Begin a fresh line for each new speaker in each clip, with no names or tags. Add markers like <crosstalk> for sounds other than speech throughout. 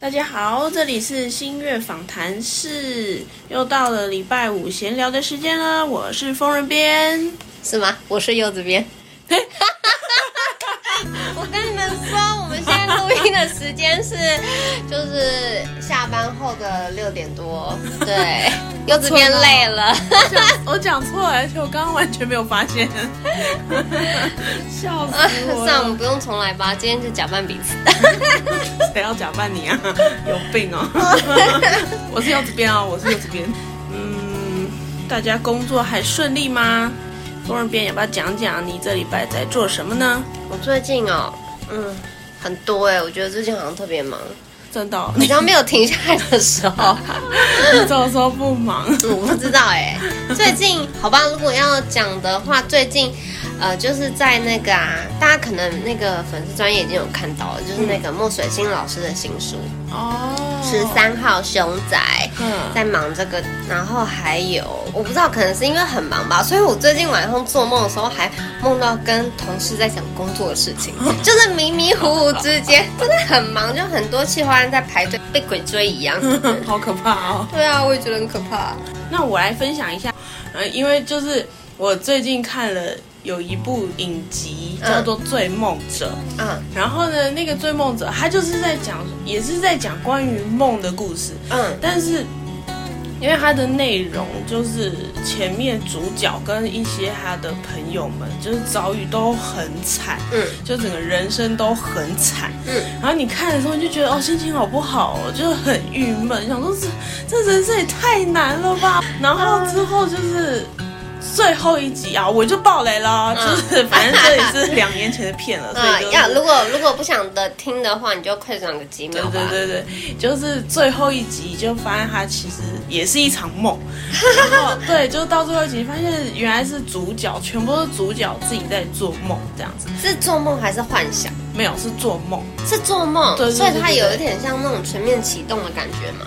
大家好，这里是新月访谈室，又到了礼拜五闲聊的时间了。我是疯人编，
是吗？我是柚子边。 <laughs> 我跟你们说，我们现在录音的时间是，就是下班后的六点多。 <laughs> 对，柚子边累了。
<laughs> 我讲错了，而且我刚刚完全没有发 <laughs> 现，,笑死
<laughs>
我
算了，我
了！
们不用重来吧，今天就假扮彼此。
谁要假扮 <laughs> 你啊？有病 <laughs> 哦！我是柚子编哦，我是柚子编。嗯，大家工作还顺利吗？疯人编要不要讲讲你这礼拜在做什么呢？
我最近哦，嗯，很多哎、我觉得最近好像特别忙，
真 <laughs> 的哦、
好像没有停下来的时候。
你这么说不忙？
我不知道哎、最近好吧，如果要讲的话，最近呃就是在那个啊，大家可能那个粉丝专业已经有看到了，就是那个墨水星老师的新书
哦，
《十三号熊仔》。
嗯，
在忙这个，然后还有我不知道，可能是因为很忙吧，所以我最近晚上做梦的时候还梦到跟同事在讲工作的事情，就是迷迷糊糊之间，真的很忙，就很多企划案在排队，被鬼追一样。
好可怕哦！
对啊，我也觉得很可怕。
那我来分享一下，呃，因为就是我最近看了有一部影集
嗯
叫做《追梦者》，
嗯
然后呢，那个《追梦者》他就是在讲，也是在讲关于梦的故事，
嗯。
但是因为它的内容就是前面主角跟一些他的朋友们就是遭遇都很惨，
嗯
就整个人生都很惨，
嗯
然后你看的时候你就觉得哦，心情好不好、哦，就很郁闷，想说这这人生也太难了吧。然后之后就是最后一集啊，我就爆雷了，就是反正这也是两年前的片
<laughs>
了，所以
啊，
就是、
嗯要如果如果不想的听的话，你就快转个几秒
对
吧。
对对对，就是最后一集就发现它其实也是一场
<laughs>
梦，然后对，就到最后一集发现原来是主角，全部都是主角自己在做梦这样子，
是做梦还是幻想？
没有是做梦，
是做梦，
对对对
所以它
对对
有一点像那种全面启动的感觉嘛。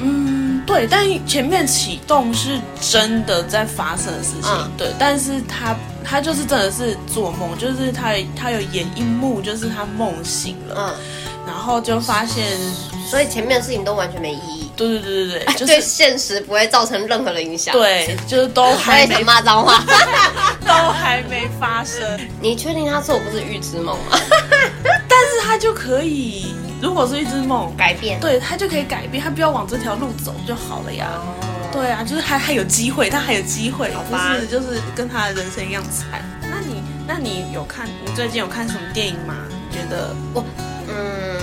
嗯，对，但前面启动是真的在发生的事情，
嗯
对，但是他他就是真的是做梦，就是他他有演一幕，就是他梦醒了，
嗯，
然后就发现，
所以前面的事情都完全没意义，
对对对对对，就
哎对
是
现实不会造成任何的影响。，
对，就是都
我
还
也
没
想骂脏话。 <laughs>
都还没发生，
你确定他说我不是预知梦吗？
但是他就可以，如果是一只梦，
改变。
对他就可以改变，他不要往这条路走就好了呀。
哦，
对啊，就是还还有机会，他还有机会，
好
不
吧
是就是跟他的人生一样惨。那你那你有看你最近有看什么电影吗？你觉得
嗯，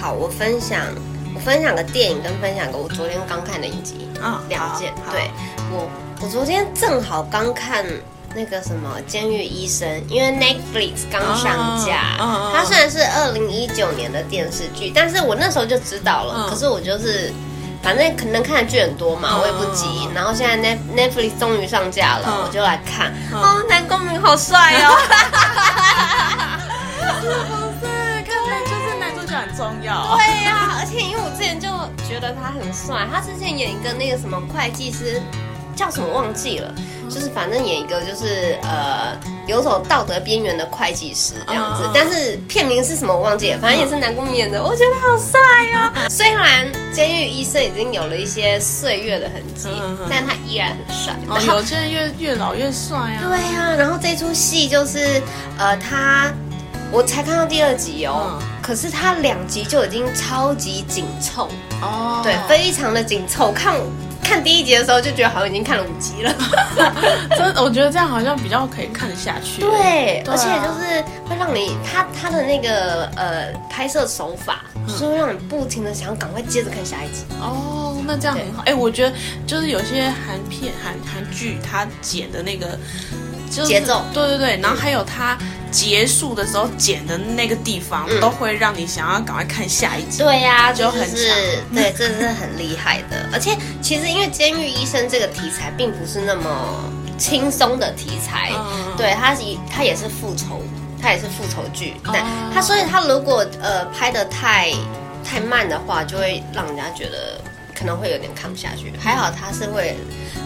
好，我分享，我分享个电影，跟分享个我昨天刚看的影集。
啊，
了解
好，
对，我我昨天正好刚看那个什么《监狱医生》，因为 Netflix 刚上架，
哦哦哦
它虽然是二零一九年的电视剧，但是我那时候就知道了，
嗯
可是我就是。反正可能看的剧很多嘛，
嗯
我也不急。然后现在 Net Netflix 终于上架了，
嗯
我就来看。
嗯
哦，南宫明好帅哦！
不是，看来就是男主角很重要。
对呀、而且因为我之前就觉得他很帅，他之前演一个那个什么会计师，叫什么忘记了，就是反正演一个就是呃游走道德边缘的会计师这样子
嗯嗯嗯，
但是片名是什么我忘记了，反正也是南宫演的，我觉得好帅
嗯
哦。虽然监狱医生已经有了一些岁月的痕迹
嗯嗯嗯，
但他依然很帅。
哦，
然后
有些人越越老越帅啊。
对呀、然后这出戏就是，呃，他我才看到第二集哦，
嗯
可是他两集就已经超级紧凑，
哦，
对，非常的紧凑。看看第一集的时候就觉得好像已经看了五集了，
真我觉得这样好像比较可以看得下去。<laughs> 对
对，
啊
而且就是会让你他他的那个呃拍摄手法，
嗯
就是会让你不停的想要赶快接着看下一集。
哦，那这样很好。哎、我觉得就是有些韩片、韩韩剧，它剪的那个就是
节奏嗯
对对对，然后还有它结束的时候剪的那个地方，
嗯
都会让你想要赶快看下一集。
对呀、
就
就
很
是对，这是很厉害的。而且其实因为监狱医生这个题材并不是那么轻松的题材，
嗯
对，它是它也是复仇，它也是复仇剧。对，
哦
它所以它如果呃拍的太太慢的话，就会让人家觉得可能会有点看不下去。还好它是会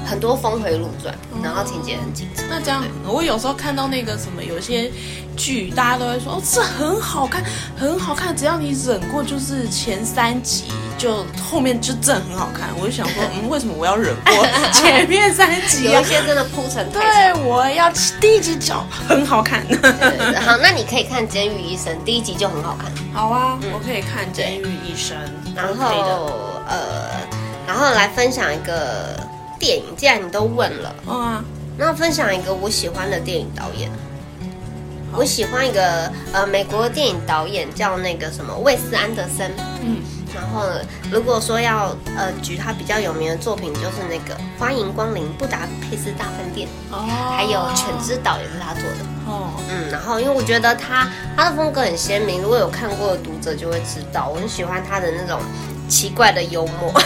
很哦多峰回路转，然后情节很紧凑。
那这样，我有时候看到那个什么，有些剧，大家都会说哦，这很好看，很好看，只要你忍过，就是前三集就后面就真的很好看。我就
<laughs>
想说，嗯，为什么我要忍过前面三集
有
啊
一？些真的铺陈太长。
对，我要第一集就很好看。
对好，那你可以看《监狱医生》第一集就很好看，
好啊，我可以看《监狱医生》，
嗯然
OK 啊的
后呃，然后来分享一个电影，既然你都问了，
嗯啊，
那分享一个我喜欢的电影导演。我喜欢一个呃美国的电影导演叫那个什么魏斯安德森，
嗯，
然后如果说要呃举他比较有名的作品，就是那个《欢迎光临布达佩斯大饭店》，
哦，
还有《犬之岛》也是他做的。
哦，
嗯，然后因为我觉得他他的风格很鲜明，如果有看过的读者就会知道，我很喜欢他的那种奇怪的幽默， <laughs>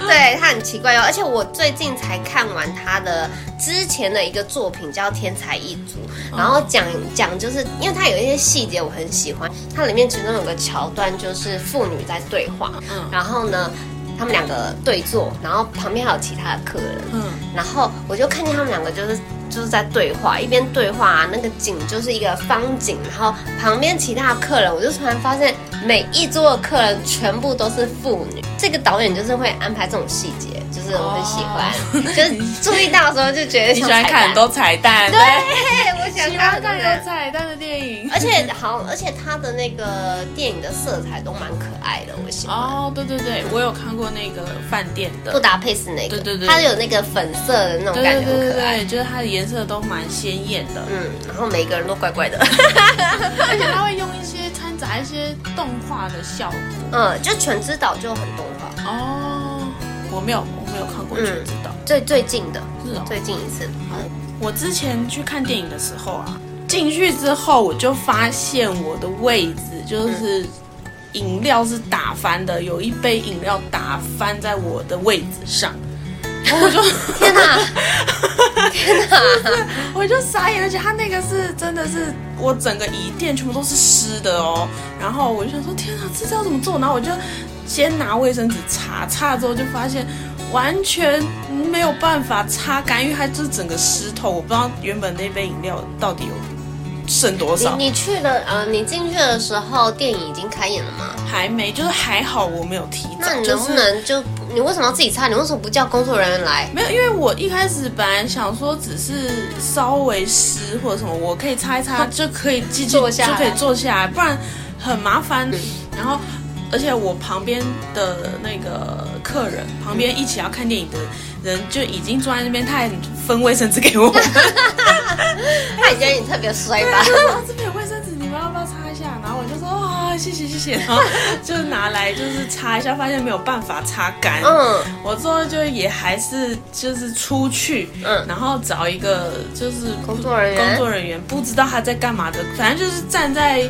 对他很奇怪哦。而且我最近才看完他的之前的一个作品叫《天才一族》，哦然后讲讲就是因为他有一些细节我很喜欢，它里面其中有个桥段就是父女在对话，
嗯
然后呢他们两个对坐，然后旁边还有其他的客人，
嗯。
然后我就看见他们两个就是就是在对话，一边对话、那个景就是一个方景，然后旁边其他的客人，我就突然发现每一桌的客人全部都是妇女。这个导演就是会安排这种细节，就是我很喜欢， <laughs> 就是注意到的时候就
<laughs>
觉得
哦你喜
像
欢
彩
看很
蛋 <laughs>
多彩蛋，
对，我喜
喜
欢
欢
看
看
很
有
多。
彩蛋的电影。
而且好，而且他的那个电影的色彩都蛮可爱的，我喜欢。
哦，对对对，我有看过那个饭店
布
的，
达佩斯那个，
对对对
它有那个粉色的那种
对
感
对
觉，很
对对
可爱。
对，就是它的颜色都蛮鲜艳的，
嗯，然后每一个人都怪怪的。
而且它会用一些掺杂一些动画的效果。
嗯，就全知岛就很动画，
哦，我没有，我没有看过《
嗯
全知道
最最近的，
是哦，
最近一次。
我之前去看电影的时候啊，进去之后我就发现我的位置就是饮料是打翻的，有一杯饮料打翻在我的位置上，然哦后我就。
天哪，天哪！
<laughs> 我就傻眼，而且他那个是真的是我整个椅垫全部都是湿的哦。然后我就想说，天啊，这是要怎么做？然后我就先拿卫生纸擦，擦了之后就发现完全没有办法擦干，因为它就是整个湿透。我不知道原本那杯饮料到底有剩多少，
你你去了呃，你进去的时候电影已经开演了吗？
还没，就是还好我没有提
那
早，
你
就
能不
是
能就你为什么要自己擦？你为什么不叫工作人
<laughs>
员来？
没有，因为我一开始本来想说只是稍微湿或者什么，我可以擦一
<laughs>
擦就可以继续
坐下
就
来
可以坐下来，不然很麻烦。然后，而且我旁边的那个客人，旁边一起要看电影的人就已经坐在那边，他还分卫生纸给我
<laughs>
们，
他也觉得你特别衰
对
吧
啊，？就说啊这边有卫生纸，你们要不要擦一下？然后我就说啊，谢谢谢谢，然后就拿来就是擦一下，发现没有办法擦干，
嗯，
我之后就也还是就是出去，
嗯
然后找一个就是
工作人员
工作人员不知道他在干嘛的，反正就是站在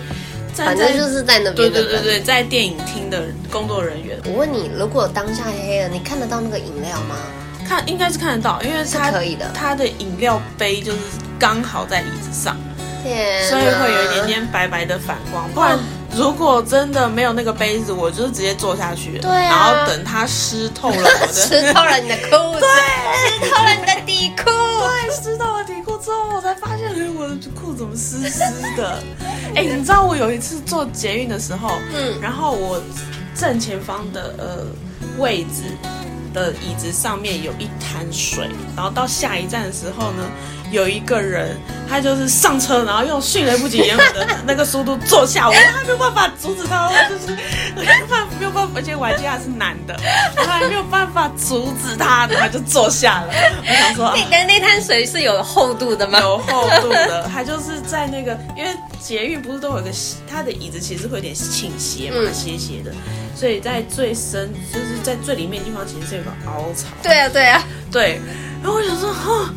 站
反
在
正就是在那
对
边的
对
人。
对对，在电影厅的工作人员
我问你，如果当下黑黑了，你看得到那个饮料吗？
看应该是看得到，因为
是
他
可以的
他的饮料杯就是刚好在椅子上，
天哪，啊
所以会有一点点白白的反光，不
哦
然。如果真的没有那个杯子，我就是直接坐下去了，
对啊
然后等它湿透了我的，
<laughs> 湿透了你的裤子，湿透了你的底裤。
对，湿到了底啊裤之后，我才发现，哎，我的裤怎么湿湿的？哎、你知道我有一次坐捷运的时候，
嗯
然后我正前方的呃位置的椅子上面有一滩水，然后到下一站的时候呢，有一个人他就是上车，然后用迅雷不及掩耳的那个速度坐下，我他没有办法阻止他，我就是没有办法，没有办法，而且我还记得他是男的，我还没有办法阻止他，然后他就坐下了。我想说，啊
你的那滩水是有厚度的吗？
有厚度的， <laughs> 它就是在那个，因为捷运不是都有一个，它的椅子其实会有点倾斜嘛，
嗯
斜斜的，所以在最深，就是在最里面的地方，其实是有个凹槽。
对啊，对啊，
对，然后我想说，哈，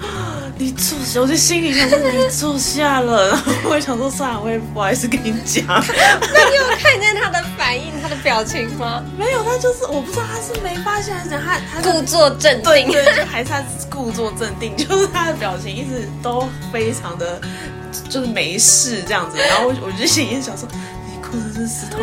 你坐下，我就心里想说你坐下了，然后我想说算了，我也不好意思跟你讲， <laughs>
<laughs> 那你有看见他的反应、他的表情吗？
没有，他就是我不知道他是没发现还是怎样，他他就
故作镇
对
定，
对，就还是他故作镇定，就是他的表情一直都非常的，就是没事这样子。然后我我就心里想说，你故或者是石头，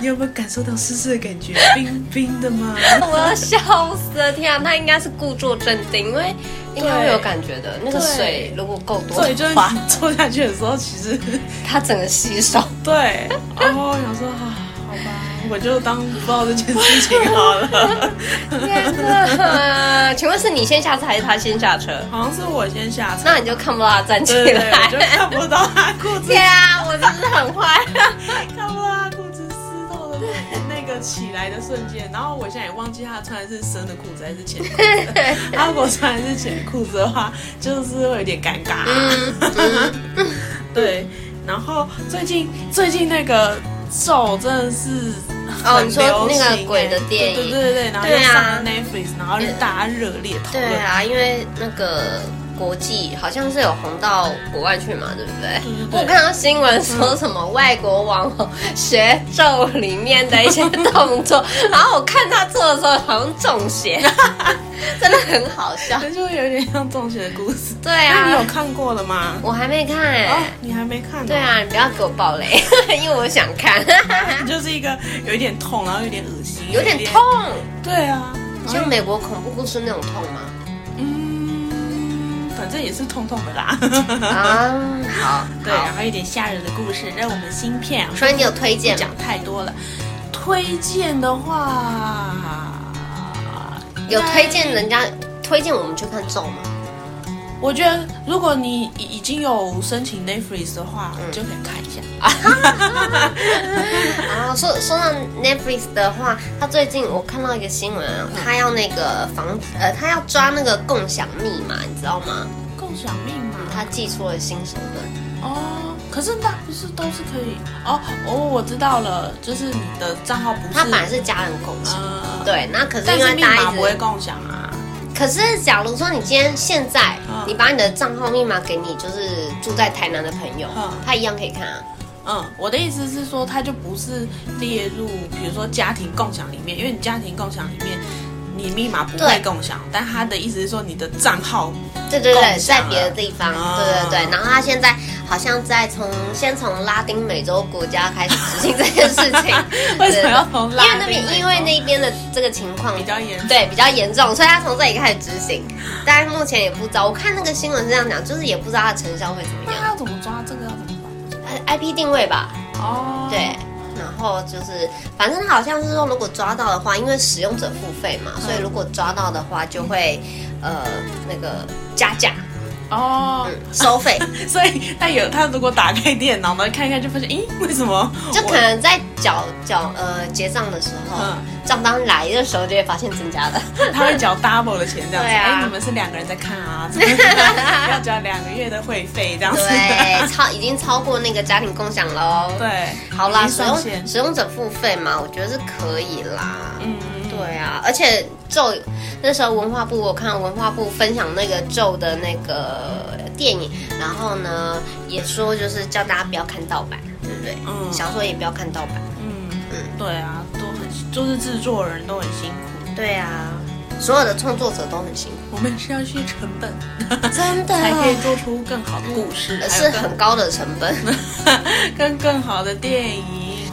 你有没有感受到湿湿的感觉，冰冰的吗？
<laughs> <laughs> 我要笑死了！天啊，他应该是故作镇定，因为应该会有感觉的。那个
对
水如果够多
所以就
的
是
话，
你 <laughs> 坐下去的时候，其实
它整个吸收。
对，然后我想说啊，好吧，我就当不知道这件事情好了。 <laughs>
天
啊
哪！ <laughs> 请问是你先下车还是他先下车？
好像是我先下车，
那你就看不到他站起
对对对，
来
我。就看不到他裤子，
<laughs> 天啊，我真的很坏。
看不到他啊裤子湿透的那个起来的瞬间。然后我现在也忘记他穿的是深的裤子还是浅裤子。他如果穿的是浅裤子的话，就是会有点尴尬。
嗯
<laughs> 对，然后最近最近那个咒真的是
哦
很
你说
流行
那个鬼的
欸
电影
对对对对，然后又
对啊
上了 Netflix，然后大家热烈讨论
对。啊，因为那个国际好像是有红到国外去嘛，对不对？
对对嗯对
我看到新闻说什么外国网红学咒里面的一些
<laughs>
动作，然后我看他做的时候好像中邪，真的很好笑。 <laughs>
这就有点像中学的故事。哎
对
那你有
啊，
看过了吗？
我还没看哎、
哦，你还没看、
对，啊，你不要给我爆雷， <laughs> 因为我想看，
你就是一个有一点痛，然 <laughs> 后有点恶心，
有点。痛，
对啊，然
像
后
美国恐怖故事那种痛吗？
嗯，反正也是痛痛的 <laughs> 啦。
啊，好，
嗯对，啊
好
然后有点吓人的故事，让我们芯片
所以你有推荐吗？
讲太多了。推荐的话，
有推荐人家推荐我们去看咒吗？
我觉得如果你已已经有申请 Netflix 的话，
嗯
就可以看一下。
然后说说到 Netflix 的话，他最近我看到一个新闻啊，
嗯
他要那个防呃，他要抓那个共享密码，你知道吗？
共享密码，
他寄出了新手段，
哦，可是那不是都是可以哦哦，我知道了，就是你的账号不是，
他本来是家人共享，
呃，
对，那可是
但
因
是
为
密
大家
码
一
不会
直，
共享啊。
可是假如说你今天现在
嗯
你把你的账号密码给你就是住在台南的朋友
嗯，
他一样可以看啊。
嗯，我的意思是说，它就不是列入，比如说家庭共享里面，因为你家庭共享里面，你密码不会
对
共享，但他的意思是说你的账号
对对
共
对，
享
在
啊
别的地方，
啊，
对对对。然后他现在好像在从先从拉丁美洲国家开始执行这件事情
<laughs> 为什么要从
对
拉
因为那
丁美
边
洲
因为那边的这个情况
比较严重
对比较严重，所以他从这里开始执行，但目前也不知道。我看那个新闻是这样讲，就是也不知道它的成效会怎么
那
样。
他要怎么抓这个要怎么办？
呃 IP 定位吧，
哦，
对。然后就是，反正他好像是说，如果抓到的话，因为使用者付费嘛，所以如果抓到的话，就会呃那个加价，
哦
嗯，，收费。
所以他有他如果打开电脑呢，看一看就发现，咦，为什么
<laughs> 就
我
可能在缴缴呃结账的时候
嗯，
账、单来的时候就会发现增加
<laughs>
了。
他会缴 double 的钱这样子？
对
哎、
啊
你们是两个人在看啊，怎么样要缴两个月的会费这样子？ <laughs>
对，啊超已经超过那个家庭共享喽。，
对，
好啦，
已经
使
上线
用使用者付费嘛，我觉得是可以啦。
嗯，
对啊，而且咒那时候文化部，我看文化部分享那个咒的那个电影，然后呢也说就是叫大家不要看盗版，对不对？
嗯
小说也不要看盗版。
嗯，对啊，都很就是制作人都很辛苦，
对啊，所有的创作者都很辛
<laughs>
苦，
我们是要一些成本， <laughs>
真的
才可以做出更好的故
<laughs>
事，还
是
有更
很高的成本。
跟更好的电影。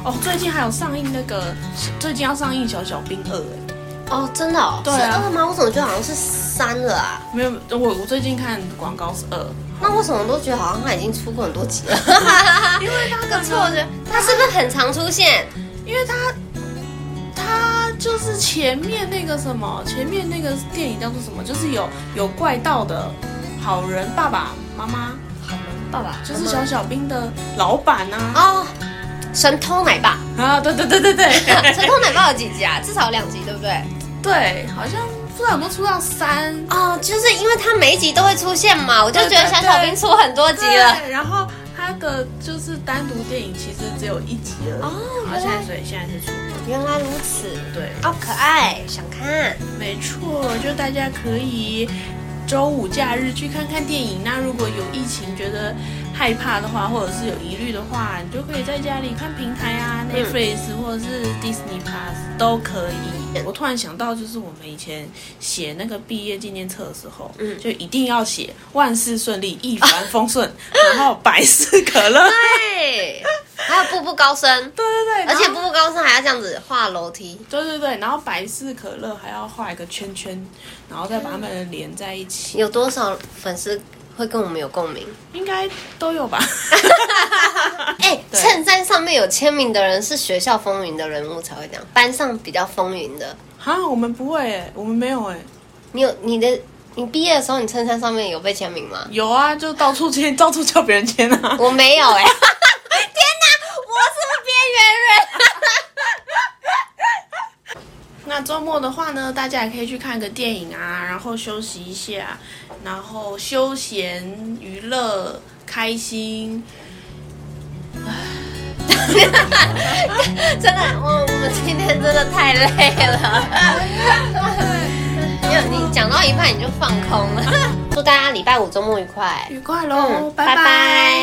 哦，最近还有上映那个，最近要上映《小小兵二》哎，
<laughs> 哦，真的、哦，
对啊
是二吗？我怎么觉得好像是三了啊？
没有，我我最近看广告是二，
那我怎么都觉得好像它已经出过很多 <laughs> 集了？因为那个错 <laughs> 觉，它是不是很常出现？
因为他他就是前面那个什么，前面那个电影叫做什么，就是有有怪盗的好人爸爸妈妈，
爸爸
就是小小兵的老板啊呐、
哦，神偷奶 <laughs> 爸，
啊，啊，对对对对对 <laughs>
神偷奶爸有几集啊？至少有两集，对不对？
对，好像不知道有没有出到三。
哦，就是因为它每一集都会出现嘛，我就觉
对
得
对
小小兵出很多集了。
对，然后他的就是单独电影其实只有一集而已。
哦
然后现在所以现在是出了
原来如此，
对，
好可爱，想看。
没错，就大家可以周五假日去看看电影。那如果有疫情觉得害怕的话，或者是有疑虑的话，你就可以在家里看平台啊、
嗯
Netflix 或者是 Disney Plus 都可以。我突然想到，就是我们以前写那个毕业纪念册的时候，
嗯
就一定要
<laughs>
写万事顺利、一帆风顺，然后百事可乐。
对，还有步步高升，
对对对，
而且
然后
步步高升还要这样子画楼梯，
对对对，然后百事可乐还要画一个圈圈，然后再把它们连在一起，
有多少粉丝会跟我们有共 <laughs> 鸣？
应该都有吧？
哎、
对
衬衫上面有签名的人是学校风云的人物才会这样，班上比较风云的。
<laughs> 哈，我们不会哎、我们没有哎、
你有你的，你毕业的时候，你衬衫上面有被签名 <laughs> 吗？
有啊，就到处签， <laughs> 到处叫别人签啊。
我没有 <laughs> 哎、天哪，我是不是边缘人？
<laughs> 那周末的话呢，大家也可以去看个电影啊，然后休息一下，然后休闲娱乐，开心。
<laughs> 真的，我我们今天真的太累 <laughs> 了。没有，你讲 <laughs> 到一半你就放空了。祝大家礼拜五周末愉快，
嗯愉快喽，拜拜。
拜拜